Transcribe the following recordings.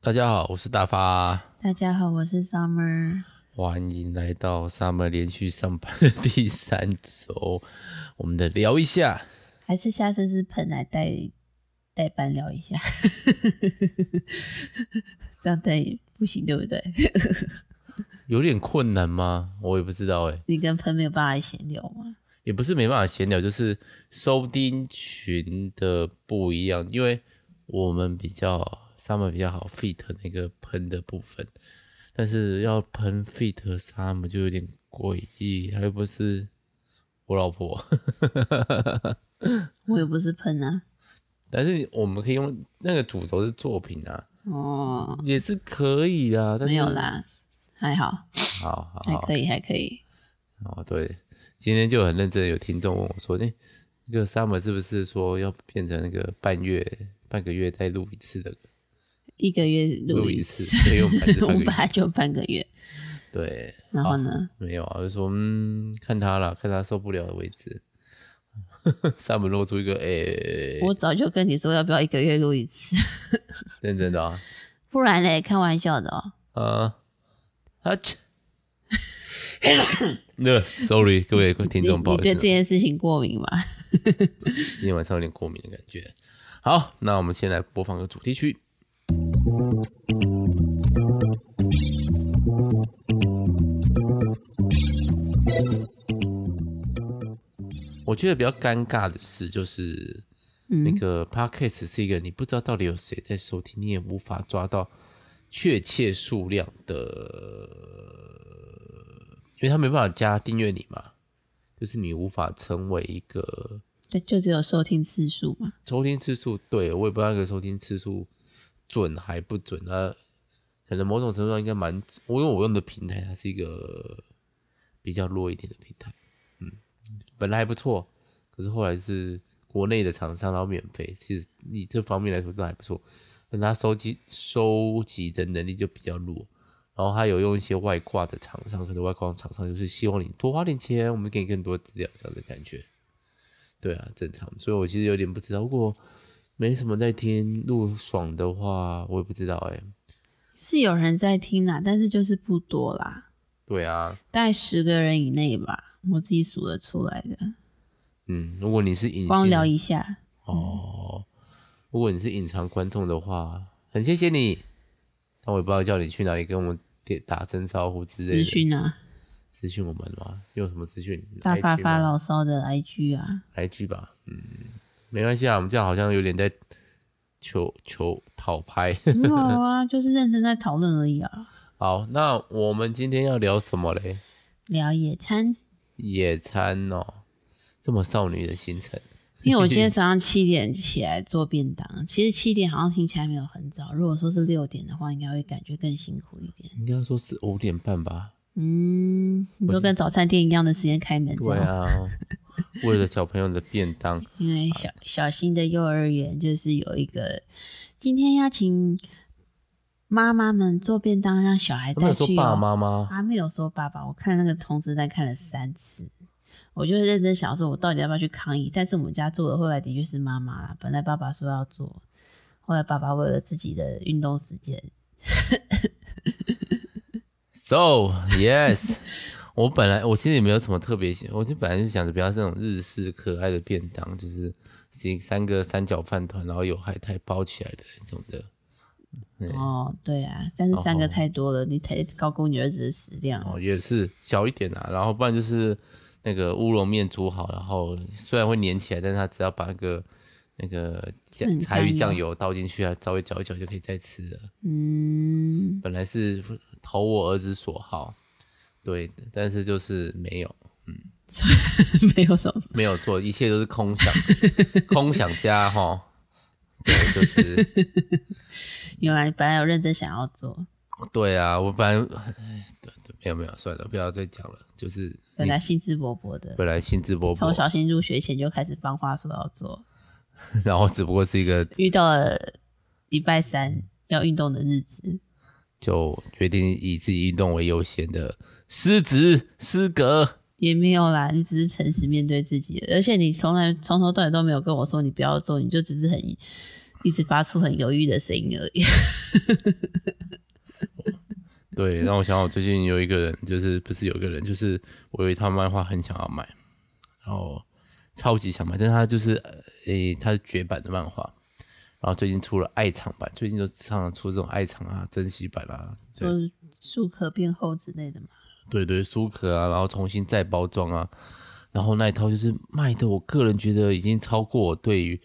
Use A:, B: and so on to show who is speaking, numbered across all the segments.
A: 大家好，我是大发，
B: 大家好，我是 Summer。
A: 欢迎来到 Summer 连续上班的第三周，我们的聊一下。
B: 还是下次是盆来代代班聊一下，这样代不行，对不对？
A: 有点困难吗？我也不知道哎、
B: 你跟盆没有办法闲聊吗？
A: 也不是没办法闲聊，就是收听群的不一样，因为我们比较 Summer 比较好 fit 那个喷的部分，但是要喷 fit Summer 就有点诡异，她又不是我老婆。
B: 我又不是盆啊。
A: 但是我们可以用那个主轴是作品啊，
B: 哦，
A: 也是可以的啊。但是
B: 没有，啦，还好，
A: 好好
B: 还
A: 好，
B: 可以，还可以。
A: 哦，对，今天就很认真，有听众问我说：“哎、那个 summer 是不是说要变成那个半月、半个月再录一次的
B: 一个月
A: 录
B: 录
A: 一次
B: 次，
A: 所以我们还是半个
B: 我
A: 月
B: 们本来就半个月，？”
A: 对，
B: 然后呢？
A: 没有啊，就说嗯，看他了，看他受不了的为止。summer 露出一个哎、
B: 我早就跟你说要不要一个月录一次，
A: 认真的啊，
B: 不然嘞，开玩笑的哦。
A: 啊 啊切那 sorry 各位听
B: 你
A: 众，不
B: 你
A: 好意
B: 对
A: 思
B: 这，件事情过敏吗？
A: 今天晚上有点过敏的感觉。好，那我们先来播放个主题曲。我觉得比较尴尬的事就是，那
B: 嗯，
A: 个 podcast 是一个你不知道到底有谁在收听，你也无法抓到确切数量的，因为他没办法加订阅你嘛，就是你无法成为一个
B: 那就只有收听次数嘛。
A: 收听次数，对我也不知道那个收听次数准还不准啊，可能某种程度上应该蛮，我因为我用的平台它是一个比较弱一点的平台，嗯，本来还不错，可是后来是国内的厂商然后免费，其实你这方面来说都还不错，但它收集收集的能力就比较弱。然后它有用一些外挂的厂商，可能外挂厂商就是希望你多花点钱，我们给你更多资料这样的感觉。对啊，正常。所以我其实有点不知道，如果没什么在听录爽的话，我也不知道哎、
B: 是有人在听啦，但是就是不多啦，
A: 对啊，
B: 大概十个人以内吧，我自己数得出来的。
A: 嗯，如果你是隐
B: 光
A: 形
B: 聊一下，
A: 哦，如果你是隐藏观众的话，很谢谢你。但我也不知道叫你去哪里跟我们打声招呼之类
B: 私
A: 的。
B: 讯啊，
A: 私讯我们吗？用什么资讯？
B: 大发
A: IG
B: 发
A: 吗
B: 牢骚的 IG 啊，
A: IG 吧，嗯，没关系啊，我们这样好像有点在求求讨拍。
B: 没有啊， 就是认真在讨论而已啊。
A: 好，那我们今天要聊什么嘞？
B: 聊野餐，
A: 野餐哦，这么少女的行程，
B: 因为我今天早上七点起来做便当，其实七点好像听起来没有很早，如果说是六点的话，应该会感觉更辛苦一点。
A: 应该说是五点半吧？
B: 嗯，你说跟早餐店一样的时间开门，这
A: 对
B: 样，
A: 啊，为了小朋友的便当，
B: 因为小小新的幼儿园就是有一个，今天要请妈妈们做便当，让小孩
A: 他们
B: 带
A: 有说
B: 去、哦。
A: 爸妈吗？
B: 他没有说爸爸，我看那个通知单看了三次，我就认真想说，我到底要不要去抗议？但是我们家做的后来的确是妈妈啦，本来爸爸说要做，后来爸爸为了自己的运动时间，
A: So yes，我 本来我其实也没有什么特别想，我就本来是想着比较这种日式可爱的便当，就是三三个三角饭团，然后有海苔包起来的那种的。对
B: 哦，对啊，但是三个太多了，你太高估你儿子的食量。
A: 哦，也是小一点啊，然后不然就是那个乌龙面煮好，然后虽然会粘起来，但是它只要把那个那个酱
B: 嗯
A: 柴鱼
B: 酱
A: 酱
B: 油
A: 油倒进去啊，稍微搅一搅就可以再吃了。
B: 嗯，
A: 本来是投我儿子所好，对，但是就是没有
B: 没有什么，
A: 没有做，一切都是空 想，空想家哈。对，就是
B: 原来本来有认真想要做，
A: 对啊，我本来哎对对，没有没有，算了，不要再讲了。就是
B: 本来兴致勃勃的，
A: 本来兴致勃
B: 从
A: 勃，
B: 小新入学前就开始放话说要做，
A: 然后只不过是一个
B: 遇到了礼拜三要运动的日子，
A: 就决定以自己运动为优先的失职失格。
B: 也没有啦，你只是诚实面对自己，而且你从来从头到尾都没有跟我说你不要做，你就只是很一直发出很犹豫的声音而已。
A: 对，让我想到我最近有一个人，就是不是有一个人，就是我有一套漫画很想要买，然后超级想买，但是他就是呃诶、他是绝版的漫画，然后最近出了爱藏版，最近就常常出这种爱藏啊、珍稀版啊，对
B: 说树壳变厚之类的嘛。
A: 对对，书壳啊，然后重新再包装啊，然后那一套就是卖的，我个人觉得已经超过我对于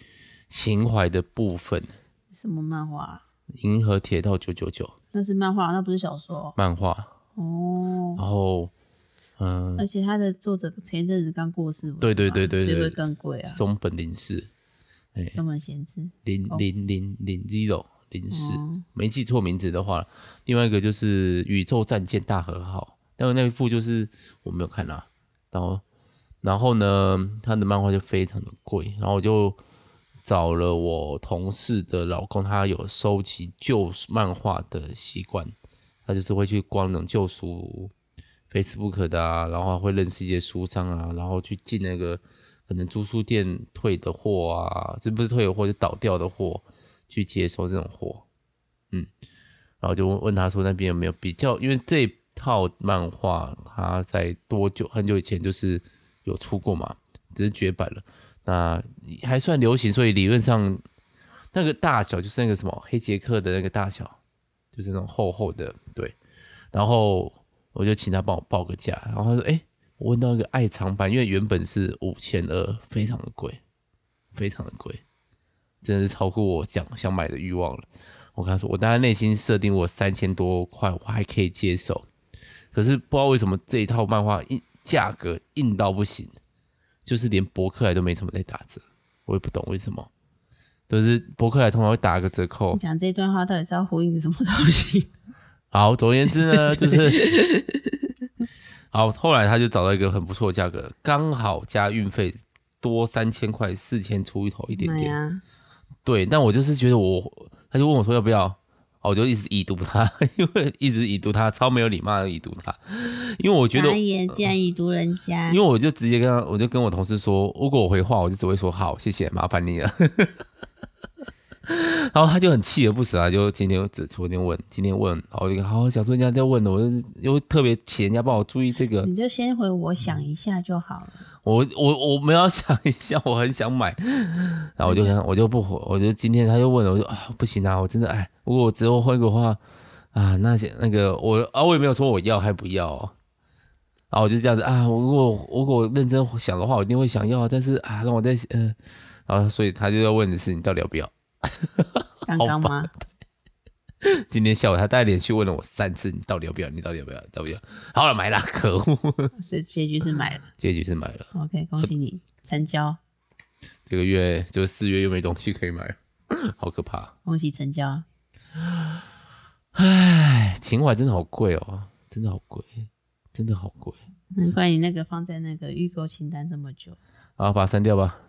A: 情怀的部分，
B: 什么漫画啊、
A: 《银河铁道九九九》
B: 那是漫画，那不是小说
A: 漫画，
B: 哦。
A: 然后嗯，
B: 而且它的作者前一阵子刚过世，不是
A: 对对
B: 吗
A: 对对
B: 所以
A: 对
B: 会更贵啊。
A: 松本零士。哎
B: 什么闲置？
A: 零
B: 哦
A: 零零零 zero 零四
B: 哦，
A: 没记错名字的话，另外一个就是《宇宙战舰大和号》，但是那一部就是我没有看啦、然后，然后呢，他的漫画就非常的贵，然后我就找了我同事的老公，他有收集旧漫画的习惯，他就是会去逛那种旧书 Facebook 的啊，然后还会认识一些书商啊，然后去进那个可能租书店退的货啊，这不是退的货，就倒掉的货，去接收这种货。嗯，然后就问问他说那边有没有比较，因为这套漫画它在多久很久以前就是有出过嘛，只是绝版了，那还算流行，所以理论上那个大小就是那个什么黑杰克的那个大小，就是那种厚厚的，对。然后我就请他帮我报个价，然后他说：“哎、我问到一个爱藏版，因为原本是五千二，非常的贵，非常的贵，真的是超过我想想买的欲望了。”我跟他说：“我当然内心设定我三千多块，我还可以接受，可是不知道为什么这一套漫画硬价格硬到不行，就是连博客来都没什么在打折，我也不懂为什么。”都是博客来通常会打个折扣
B: 你，讲这段话到底是要呼应什么东西？
A: 好，总而言之呢，就是 好。后来他就找到一个很不错的价格，刚好加运费多三千块，四千出头 一点
B: 买
A: 点。
B: 啊！
A: 对，但我就是觉得我，他就问我说要不要，哦我就一直已读他， 因为一直已读他，超没有礼貌的已读他，因为我觉得
B: 傻。眼，竟然已读人家
A: 因为，我就直接跟他，我就跟我同事说，如果我回话，我就只会说好，谢谢，麻烦你了。 然后他就很锲而不舍啊，就今天只昨天问，今天问，然后我就跟他好好想说人家在问的，我就又特别请人家帮我注意这个，
B: 你就先回我想一下就好了。
A: 我我我们要想一下，我很想买，然后我就跟他，我就不回，我就今天他就问了，我就啊不行啊，我真的哎，如果我之后换个话啊，那些那个我啊我也没有说我要还不要、哦，然后我就这样子啊，我如果如果我认真想的话，我一定会想要，但是啊让我再嗯、然后所以他就要问的是你到底要不要？
B: 刚刚吗？
A: 今天下午他大概连续问了我三次，你到底要不要？你到底要不要？到底要不要？好了，买啦，可恶，
B: 所以结局是买了。
A: 结局是买了，
B: OK，恭喜你成交，
A: 这个月就四月又没东西可以买，好可怕。
B: 恭喜成交。
A: 唉，情怀真的好贵哦，真的好贵，真的好贵。
B: 难怪你那个放在那个预购清单这么久。
A: 然后把它删掉吧，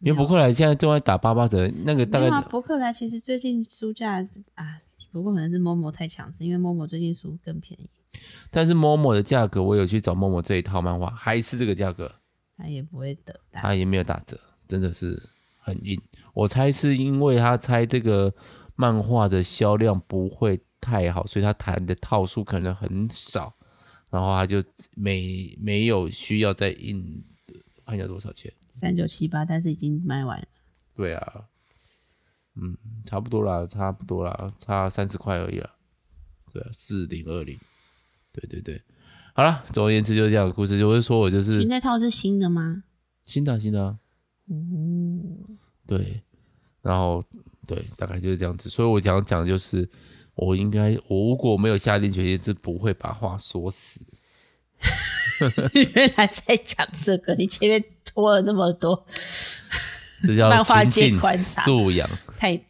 A: 因为博客来现在都在打八八折，那个大
B: 没
A: 概
B: 有啊，博客来其实最近书价啊，不过可能是 Momo 太强势，因为 Momo 最近书更便宜，
A: 但是 Momo 的价格，我有去找 Momo 这一套漫画，还是这个价格，
B: 它也不会得大。
A: 它也没有打折，真的是很硬。我猜是因为他猜这个漫画的销量不会太好，所以他谈的套数可能很少，然后他就没没有需要再印，看一下多少钱。
B: 三九七八，但是已经卖完了。
A: 对啊，嗯，差不多啦，差不多啦，差三十块而已啦。对啊，四零二零，对对对，好啦，总而言之就是这样的故事。就是说我就
B: 你
A: 是
B: 那套是新的吗？
A: 新的啊新的啊，
B: 哦，
A: 对，然后对，大概就是这样子。所以我想讲的就是，我应该我如果没有下定决心，是不会把话说死。
B: 原来在讲这个，你前面拖了那么多，
A: 这叫
B: 漫画
A: 亲
B: 界
A: 近
B: 观察
A: 素养，
B: 太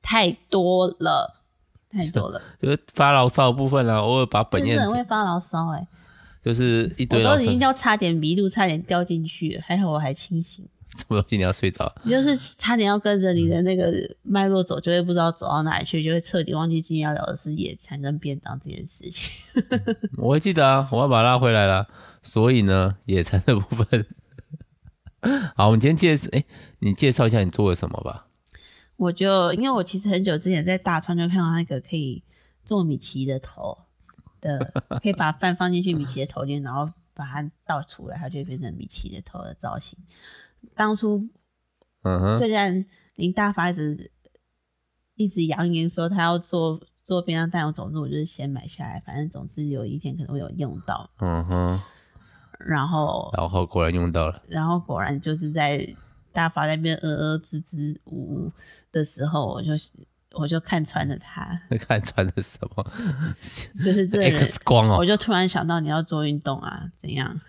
B: 太多了，太多了。
A: 就是发牢骚的部分啦、偶尔把本
B: 真的
A: 燕
B: 很会
A: 子
B: 发牢骚哎、
A: 就是一堆
B: 我
A: 牢
B: 都
A: 骚
B: 已，经要差点迷路，差点掉进去了，还好我还清醒。
A: 什么东西你要睡着了？
B: 你就是差点要跟着你的那个脉络走，就会不知道走到哪里去，就会彻底忘记今天要聊的是野餐跟便当这件事情。
A: 我会记得啊，我要把它拉回来了。所以呢，野餐的部分，好，我们今天介绍，哎，你介绍一下你做了什么吧。
B: 我就因为我其实很久之前在大川就看到那个可以做米奇的头的，可以把饭放进去米奇的头里，然后把它倒出来，它就会变成米奇的头的造型。当初
A: 嗯哼，
B: 虽然林大发一直一直扬言说他要做做便当，但我总之我就是先买下来，反正总之有一天可能会有用到。
A: 嗯哼，
B: 然后，
A: 然后果然用到了，
B: 然后果然就是在大发在那边呃呃支支吾吾的时候，我就我就看穿了他，
A: 那看穿了什么
B: 就是这个人，
A: X 光
B: 我
A: 哦，
B: 就突然想到你要做运动啊，怎样？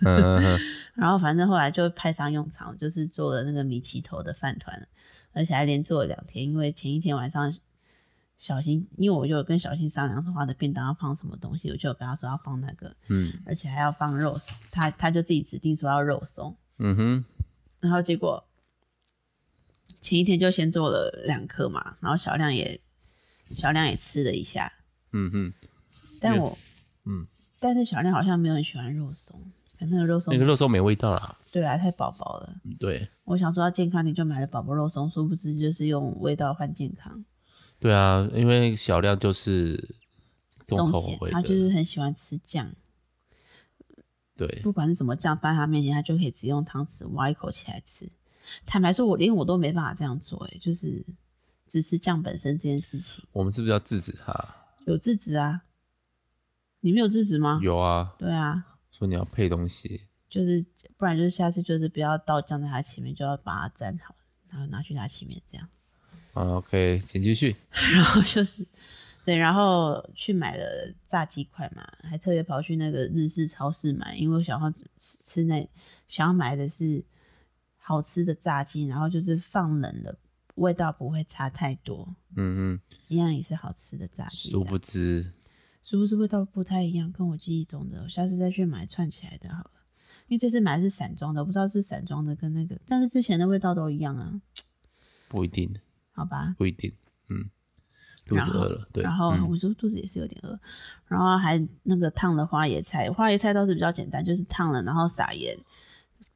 A: 嗯哼哼，
B: 然后反正后来就派上用场，就是做了那个米奇头的饭团，而且还连做了两天，因为前一天晚上小新，因为我就有跟小新商量说他的便当要放什么东西，我就有跟他说要放那个，
A: 嗯
B: 而且还要放肉松，他他就自己指定说要肉松，
A: 嗯哼，
B: 然后结果前一天就先做了两颗嘛，然后小亮也小亮也吃了一下，
A: 嗯哼，嗯
B: 但我
A: 嗯，
B: 但是小亮好像没有很喜欢肉松，可能那个肉松
A: 那个肉松没味道啦，
B: 对啊太薄薄了。
A: 对
B: 我想说要健康点，就买了宝宝肉松，殊不知就是用味道换健康。
A: 对啊，因为小亮就是重
B: 重
A: 口
B: 咸
A: 味，
B: 他
A: 的，
B: 就是很喜欢吃酱，
A: 对，
B: 不管是什么酱放在他面前，他就可以直接用汤匙挖一口起来吃。坦白说，我连我都没办法这样做、欸，就是只吃酱本身这件事情
A: 我们是不是要制止他？
B: 有制止啊？你没有制止吗？。
A: 有啊，
B: 对啊，
A: 说你要配东西，
B: 就是不然就是下次就是不要倒酱在他前面，就要把它蘸好，然后拿去他前面这样。
A: 啊，OK，请继续，
B: 然后就是对，然后去买了炸鸡块嘛，还特别跑去那个日式超市买，因为我想要吃吃那想要买的是好吃的炸鸡，然后就是放冷了，味道不会差太多，
A: 嗯哼，
B: 一样也是好吃的炸鸡这
A: 殊
B: 样。
A: 不知，
B: 殊不知味道不太一样，跟我记忆中的，我下次再去买串起来的好了。因为这次买的是散装的，我不知道是散装的跟那个，但是之前的味道都一样啊，
A: 不一定，
B: 好吧。
A: 不一定，嗯，肚子饿了，对，
B: 然后
A: 嗯
B: 我说肚子也是有点饿，然后还那个烫了花椰菜，花椰菜倒是比较简单，就是烫了然后撒盐，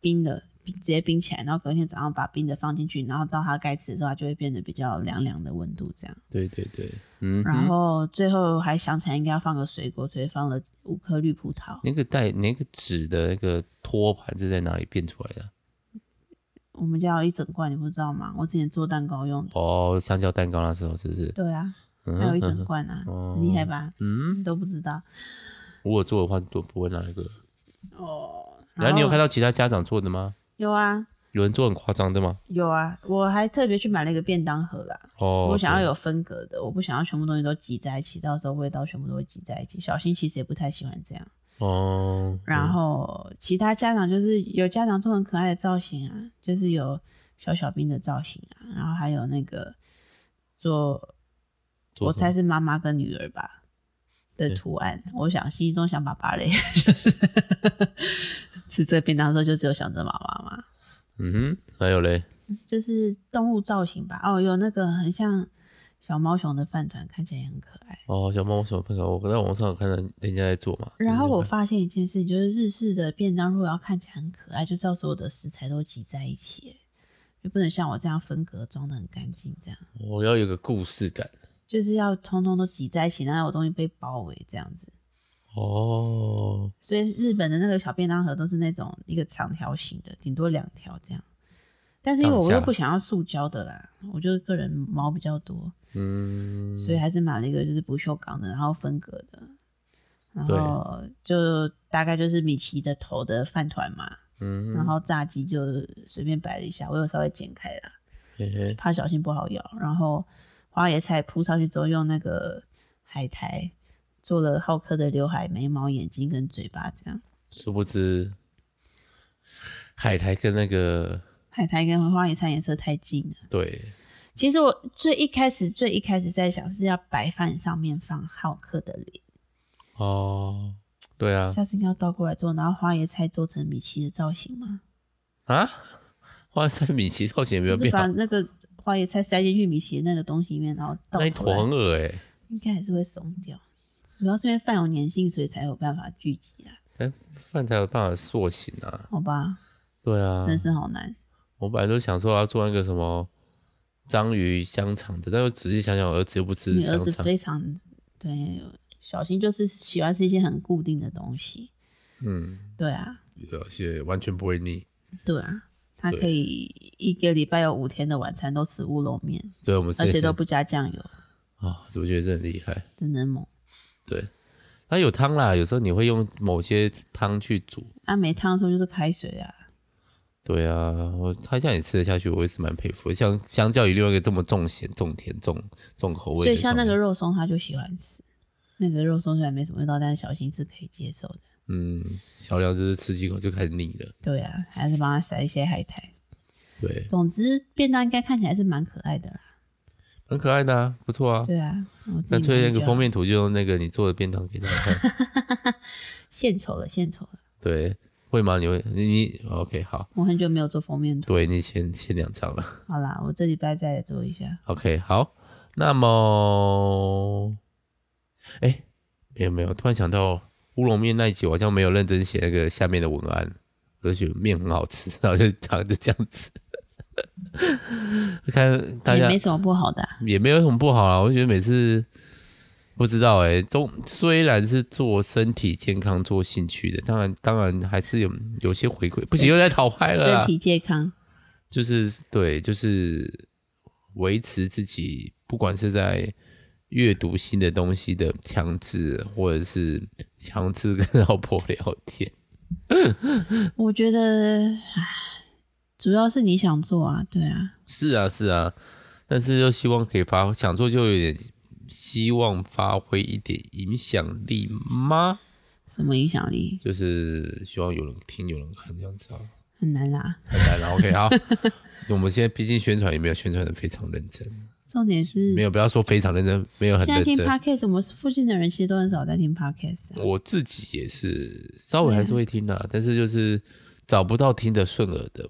B: 冰了直接冰起来，然后隔天早上把冰的放进去，然后到它该吃的时候，它就会变得比较凉凉的温度这样。
A: 对对对，嗯哼，
B: 然后最后还想起来应该要放个水果，所以放了五颗绿葡萄。
A: 那个带那个纸的那个托盘是在哪里变出来的？啊
B: 我们家有一整罐，你不知道吗？我之前做蛋糕用的。
A: 哦，香蕉蛋糕那时候是不是？
B: 对啊，
A: 嗯
B: 还有一
A: 哼
B: 整罐啊，
A: 哦
B: 很厉害吧？
A: 嗯，
B: 都不知道
A: 如果做的话，都不会拿那个。
B: 哦。
A: 然后你有看到其他家长做的吗？
B: 有啊，
A: 有人做很夸张的吗？
B: 有啊，我还特别去买了一个便当盒啦。
A: 哦，
B: 我想要
A: 对
B: 有分隔的，我不想要全部东西都挤在一起，到时候味道全部都会挤在一起。小新其实也不太喜欢这样。
A: 哦，
B: 然
A: 嗯
B: 后其他家长就是有家长做很可爱的造型啊，就是有小小兵的造型啊，然后还有那个做，
A: 做
B: 我
A: 什么
B: 猜是妈妈跟女儿吧的
A: 对
B: 图案。我想心中想爸爸嘞， 就是吃这个便当的时候就只有想着妈妈嘛。
A: 嗯哼，还有嘞，
B: 就是动物造型吧。哦，有那个很像小猫熊的饭团，看起来也很可爱。
A: 哦，小猫为什么分开？我在网上有看到人家在做嘛。
B: 然后
A: 就是
B: 我发现一件事情，就是日式的便当如果要看起来很可爱，就是要所有的食材都挤在一起，就不能像我这样分隔装的很干净，这样
A: 我要有个故事感。
B: 就是要通通都挤在一起，然后有东西被包围这样子。
A: 哦，
B: 所以日本的那个小便当盒都是那种一个长条形的，顶多两条这样。但是因为我
A: 上下
B: 又不想要塑胶的啦，我就个人毛比较多，
A: 嗯，
B: 所以还是买了一个就是不锈钢的，然后分隔的，然后就大概就是米奇的头的饭团嘛，
A: 嗯，
B: 然后炸鸡就随便摆了一下，我有稍微剪开啦，
A: 嘿嘿，
B: 怕小心不好咬。然后花椰菜铺上去之后，用那个海苔做了浩克的刘海、眉毛、眼睛跟嘴巴这样。
A: 殊不知海苔跟那个
B: 海苔跟花椰菜颜色太近了。
A: 对，
B: 其实我最一开始最一开始在想是要白饭上面放浩克的脸。
A: 哦，对啊，
B: 下次应该要倒过来做，然后花椰菜做成米奇的造型吗？
A: 啊，哇塞，米奇造型也没有
B: 就是
A: 变好
B: 把，那个花椰菜塞进去米奇的那个东西里面，然后倒
A: 那一
B: 出
A: 坨很
B: 来，
A: 恶哎，
B: 应该还是会松掉。主要是因为饭有粘性，所以才有办法聚集啦，
A: 但饭才有办法塑形啊。
B: 好吧？
A: 对啊，
B: 人生好难。
A: 我本来都想说要做那个什么章鱼香肠的，但是仔细想想，我儿子又不吃
B: 你儿
A: 香
B: 子
A: 肠，
B: 非常对，小新就是喜欢吃一些很固定的东西。
A: 嗯，
B: 对啊，
A: 而且完全不会腻。
B: 对啊，他
A: 对
B: 可以一个礼拜有五天的晚餐都吃乌龙面，
A: 对，我们
B: 而且都
A: 啊
B: 不加酱油，，
A: 哦我觉得这很厉害。
B: 真的猛。
A: 对，它有汤啦，有时候你会用某些汤去煮。
B: 啊，没汤的时候就是开水啊，
A: 对啊，我他这样也吃得下去，我也是蛮佩服的。像相较于另外一个这么重咸、重甜、重重口味的上
B: 所以
A: 面，
B: 像那个肉松他就喜欢吃。那个肉松虽然没什么味道，但是小新是可以接受的。
A: 嗯，小梁就是吃几口就开始腻了。
B: 对啊，还是帮他塞一些海苔。
A: 对，
B: 总之，便当应该看起来是蛮可爱的啦。
A: 很可爱的、啊，不错啊。
B: 对啊，我自
A: 干
B: 己
A: 脆
B: 买
A: 那个
B: 就
A: 封面图就用那个你做的便当给他看。
B: 献丑了，献丑了。
A: 对，会吗？你会你你 OK 好，
B: 我很久没有做封面图。
A: 对你先先两张了。
B: 好啦，我这礼拜再来做一下。
A: OK 好，那么，哎、没有没有，突然想到乌龙面那一集，我好像没有认真写那个下面的文案，我就觉得面很好吃，然后就讲就这样子。 看大
B: 也
A: 家
B: 没什么不好的啊、
A: 也没有什么不好啦。我觉得每次不知道哎、都虽然是做身体健康、做兴趣的，当然当然还是有有些回馈，不行又在讨拍了
B: 身
A: 啦。
B: 体健康，
A: 就是对，就是维持自己，不管是在阅读新的东西的强制，或者是强制跟老婆聊天。
B: 我觉得，唉主要是你想做啊，对啊，
A: 是啊，是啊，但是又希望可以发，想做就有点希望发挥一点影响力吗？
B: 什么影响力
A: 就是希望有人听，有人看这样子啊，
B: 很难啦。
A: 太难了。OK，好， 我们现在毕竟宣传也没有宣传的非常认真，
B: 重点是
A: 没有不要说非常认真，没有很
B: 现在
A: 认
B: 听
A: 真。
B: podcast，我们附近的人其实都很少在听 podcast，、啊、
A: 我自己也是稍微还
B: 嗯
A: 是会听的、但是就是找不到听的顺耳的，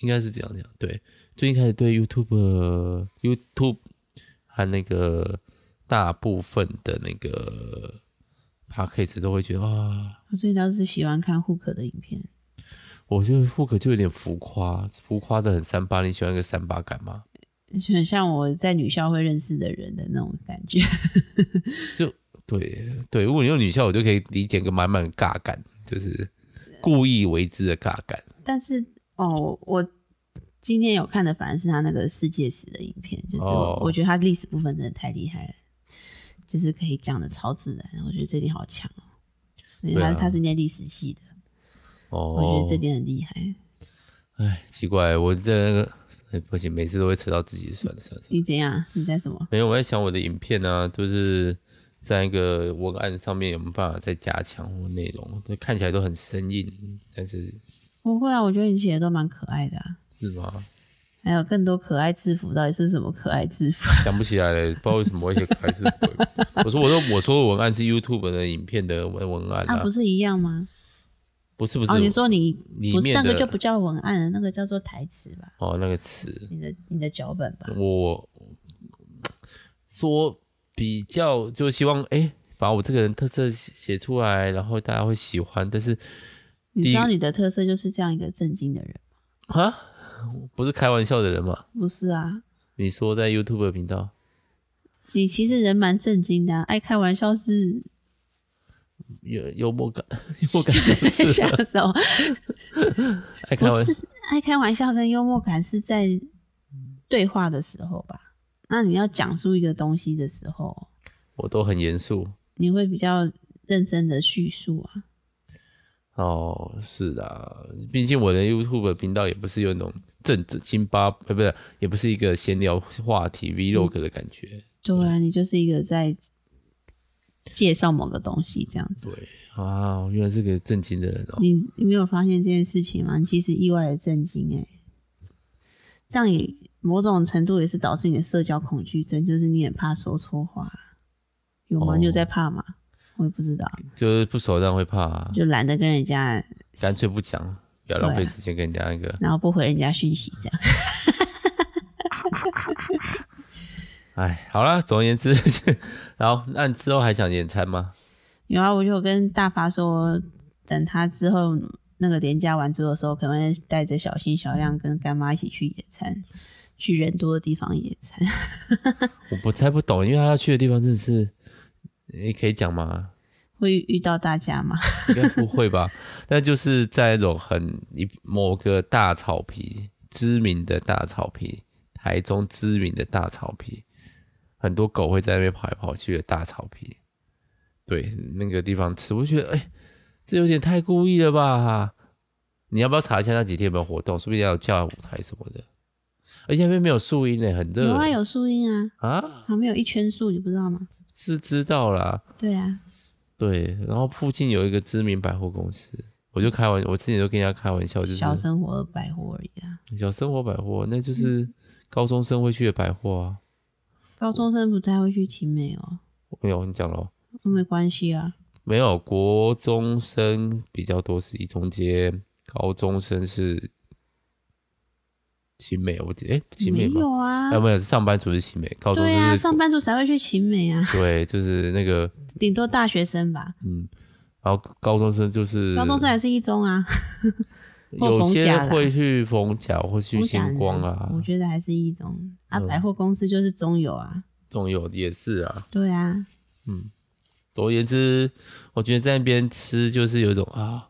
A: 应该是这样讲。对，最近开始对 YouTube、YouTube 和那个大部分的那个 Podcast 都会觉得啊，
B: 我最近倒是喜欢看 Hook 的影片，
A: 我觉得 h o 就有点浮夸，浮夸的很三八。你喜欢一个三八感吗？
B: 就很像我在女校会认识的人的那种感觉。
A: 对对，如果你用女校，我就可以理解个满满的尬感，就是故意为之的尬感。
B: 但是哦，我今天有看的反而是他那个世界史的影片，就是我,、
A: 哦
B: 我觉得他历史部分真的太厉害了，就是可以讲的超自然，我觉得这点好强哦。对
A: 对
B: 他
A: 啊
B: 他是念历史系的，
A: 哦，
B: 我觉得这点很厉害。
A: 哎，奇怪，我这那个、哎、不行，每次都会扯到自己，算了算了。算了
B: 你怎样？你在什么？
A: 没有，我在想我的影片呢、就是在一个文案上面有没有办法再加强我内容？就看起来都很生硬，但是
B: 不会啊，我觉得你写的都蛮可爱的、啊。
A: 是吗？
B: 还有更多可爱制服，到底是什么可爱制服？
A: 想不起来了，不知道为什么我写还是鬼。我说我说我说的文案是 YouTube 的影片的文文案
B: 它、
A: 啊，
B: 不是一样吗？
A: 不是不是，
B: 哦，你说你
A: 里
B: 不是
A: 面
B: 那个
A: 的
B: 就不叫文案了，那个叫做台词吧？
A: 哦那个词，
B: 你的你的脚本
A: 嗯
B: 吧？
A: 我说比较就希望哎、把我这个人特色写出来，然后大家会喜欢，但是
B: 你
A: 第一
B: 知道你的特色就是这样一个正经的人。
A: 啊，我不是开玩笑的人嘛？
B: 不是啊，
A: 你说在 YouTube 的频道，
B: 你其实人蛮正经的啊、爱开玩笑是
A: 幽幽默感， 幽默感就是啊
B: 下手，
A: 爱
B: 不
A: 开玩笑。
B: 是爱开玩笑跟幽默感是在对话的时候吧？那你要讲述一个东西的时候，
A: 我都很严肃。
B: 你会比较认真的叙述啊。
A: 哦，是的，毕竟我的 YouTube 的频道也不是有那种政治辛巴，呃，不是，也不是一个闲聊话题 Vlog 的感觉。
B: 对啊，你就是一个在介绍某个东西这样子。
A: 对啊，我原来是个正经的人哦。
B: 你你没有发现这件事情吗？你其实意外的震惊哎、这样也某种程度也是导致你的社交恐惧症，就是你很怕说错话，有吗？
A: 哦嗯
B: 你有在怕吗？我也不知道，
A: 就是不熟当然会怕、啊，
B: 就懒得跟人家，
A: 干脆不讲，不要浪
B: 对
A: 费
B: 啊
A: 时间跟人家那个。
B: 然后不回人家讯息这样。
A: 哎，好啦，总而言之， 然后那你之后还想野餐吗？
B: 有啊，我就有跟大发说，等他之后那个连假完之后的时候，可能会带着小新、小亮跟干妈一起去野餐，去人多的地方野餐。
A: 我不猜不懂，因为他要去的地方真的是，也可以讲吗？
B: 会遇到大家吗？
A: 应该不会吧？ 但就是在一种很一某个大草皮，知名的大草皮，台中知名的大草皮，很多狗会在那边跑来跑去的大草皮。对，那个地方吃，我就觉得哎、这有点太故意了吧？你要不要查一下那几天有没有活动？说不定要有跳舞台什么的。而且那边没有树荫呢，很热。
B: 有啊，有树荫啊，
A: 啊，
B: 旁边有一圈树，你不知道吗？
A: 是知道啦。
B: 对啊，
A: 对，然后附近有一个知名百货公司，我就开玩，我之前就跟人家开玩笑，就是
B: 小生嗯活百货而已啊。
A: 小生活百货，那就是高中生会去的百货啊。
B: 高中生不太会去集美哦，
A: 没有，你讲咯，
B: 没关系啊。
A: 没有，国中生比较多是一中街，高中生是奇美，我记得哎，奇美
B: 没
A: 吗？
B: 有啊
A: 哎，，没有，是上班族是奇美，高中
B: 对
A: 生
B: 啊，
A: 是
B: 上班族才会去集美啊，
A: 对，就是那个
B: 顶多大学生吧，
A: 嗯，然后高中生就是
B: 高中生还是一中啊，或
A: 有
B: 逢
A: 些
B: 甲啦啊
A: 会去逢甲或去
B: 我想
A: 星光啊，
B: 我觉得还是一中啊，
A: 嗯
B: 百货公司就是中友啊，
A: 总有也是啊。
B: 对啊，
A: 嗯，总而言之，我觉得在那边吃就是有一种啊，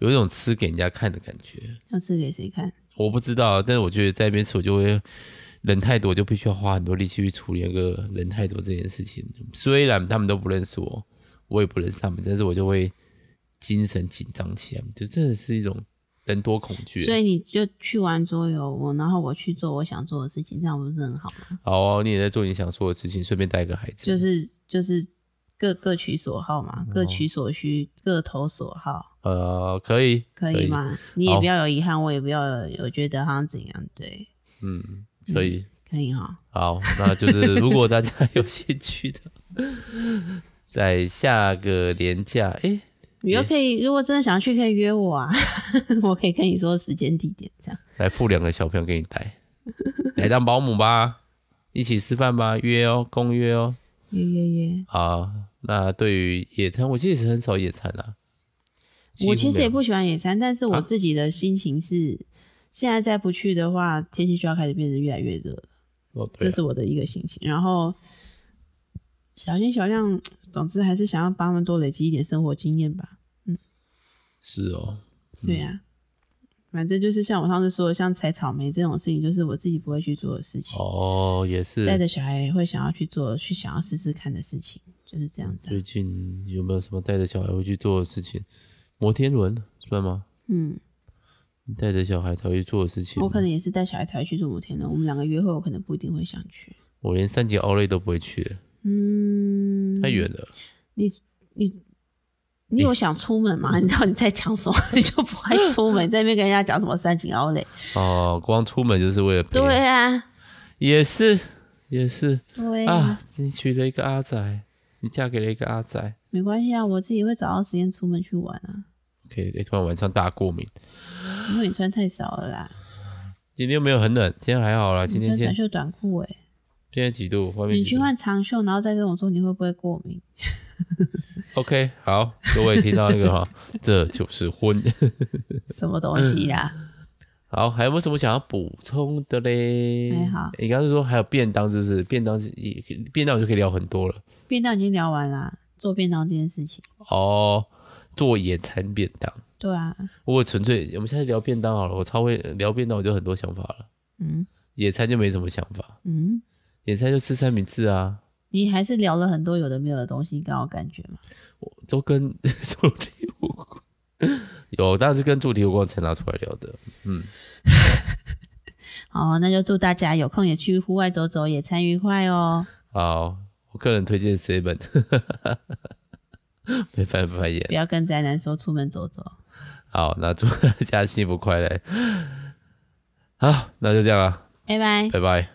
A: 有一种吃给人家看的感觉。
B: 要吃给谁看？
A: 我不知道，但是我觉得在那边吃，我就会人太多，就必须要花很多力气去处理那个人太多这件事情。虽然他们都不认识我，我也不认识他们，但是我就会精神紧张起来，就真的是一种人多恐惧。
B: 所以你就去玩桌游，我然后我去做我想做的事情，这样不是很好吗？
A: 好、哦你也在做你想做的事情，顺便带个孩子，
B: 就是就是各各取所好
A: 哦
B: 嘛，各取所需，各投所好，
A: 呃，可以，
B: 可以？吗？你也
A: 好
B: 不要有遗憾，我也不要有有觉得好像怎样，对，
A: 嗯，可以。
B: 可以哈。
A: 好，那就是如果大家有兴趣的， 在下个年假，诶，
B: 你又可以，如果真的想去，可以约我啊， 我可以跟你说时间地点这样。
A: 来付两个小朋友给你带，来当保姆吧，一起吃饭吧，约哦，公约哦。
B: 约约约，
A: 好，那对于野餐，我其实很少野餐啦、几乎
B: 我其实
A: 没
B: 也
A: 有
B: 不喜欢野餐，但是
A: 啊
B: 我自己的心情是，现在再不去的话，天气就要开始变得越来越热了。
A: 哦，对
B: 这
A: 啊
B: 是我的一个心情。然后小心小量，总之还是想要帮他们多累积一点生活经验吧。
A: 是哦，
B: 对呀、反正就是像我上次说的，像采草莓这种事情，就是我自己不会去做的事情，
A: 哦，也是
B: 带。着小孩会想要去做，去想要试试看的事情，就是这样子啊、
A: 最近有没有什么带着小孩会去做的事情？摩天轮算吗？
B: 嗯，
A: 你带着小孩才会去做的事情吗？
B: 我可能也是带小孩才会去做摩天轮。我们两个约会，我可能不一定会想去。
A: 我连三级奥莱都不会去，
B: 嗯，
A: 太远了。
B: 你你你有想出门吗？你知道你在讲什么，你就不爱出 门，在那边跟人家讲什么三井奥蕾。
A: 哦，光出门就是为了陪，
B: 对啊，
A: 也是也是
B: 对啊，
A: 啊，你娶了一个阿仔，你嫁给了一个阿仔
B: 没关系啊，我自己会找到时间出门去玩啊，
A: ，OK，、欸、突然晚上大过敏，
B: 因为你穿太少了啦，
A: 今天又没有很冷，今天还好啦，今
B: 你
A: 天
B: 穿短
A: 现
B: 袖短裤哎、
A: 现在几度？外面
B: 嗯你
A: 几
B: 去
A: 度
B: 换长袖，然后再跟我说你会不会过敏，
A: ？OK，好，各位听到那个 哈，这就是婚。
B: 什么东
A: 嗯
B: 西呀、
A: 好，还有没有什么想要补充的嘞？
B: 还好
A: 你刚刚说还有便当，是不是？便当是一便当就可以聊很多了
B: 便当已经聊完啦，做便当这件事情，
A: 哦。做野餐便当，
B: 对啊，
A: 我纯粹我们下次聊便当好了，我超会聊便当，我就很多想法了。
B: 嗯
A: 野餐就没什么想法，
B: 嗯，
A: 野餐就吃三明治啊，
B: 你还是聊了很多有的没有的东西，让我感觉嘛，
A: 我都跟 主题无关。有，但是跟主题无关才拿出来聊的。嗯，
B: 好，那就祝大家有空也去户外走走，野餐愉快哦，
A: 好，我个人推荐 seven，没办法演
B: 不。要跟宅男说出门走走，
A: 好，那 祝大家幸福快乐。好，那就这样了，啊
B: 拜拜。
A: 拜拜。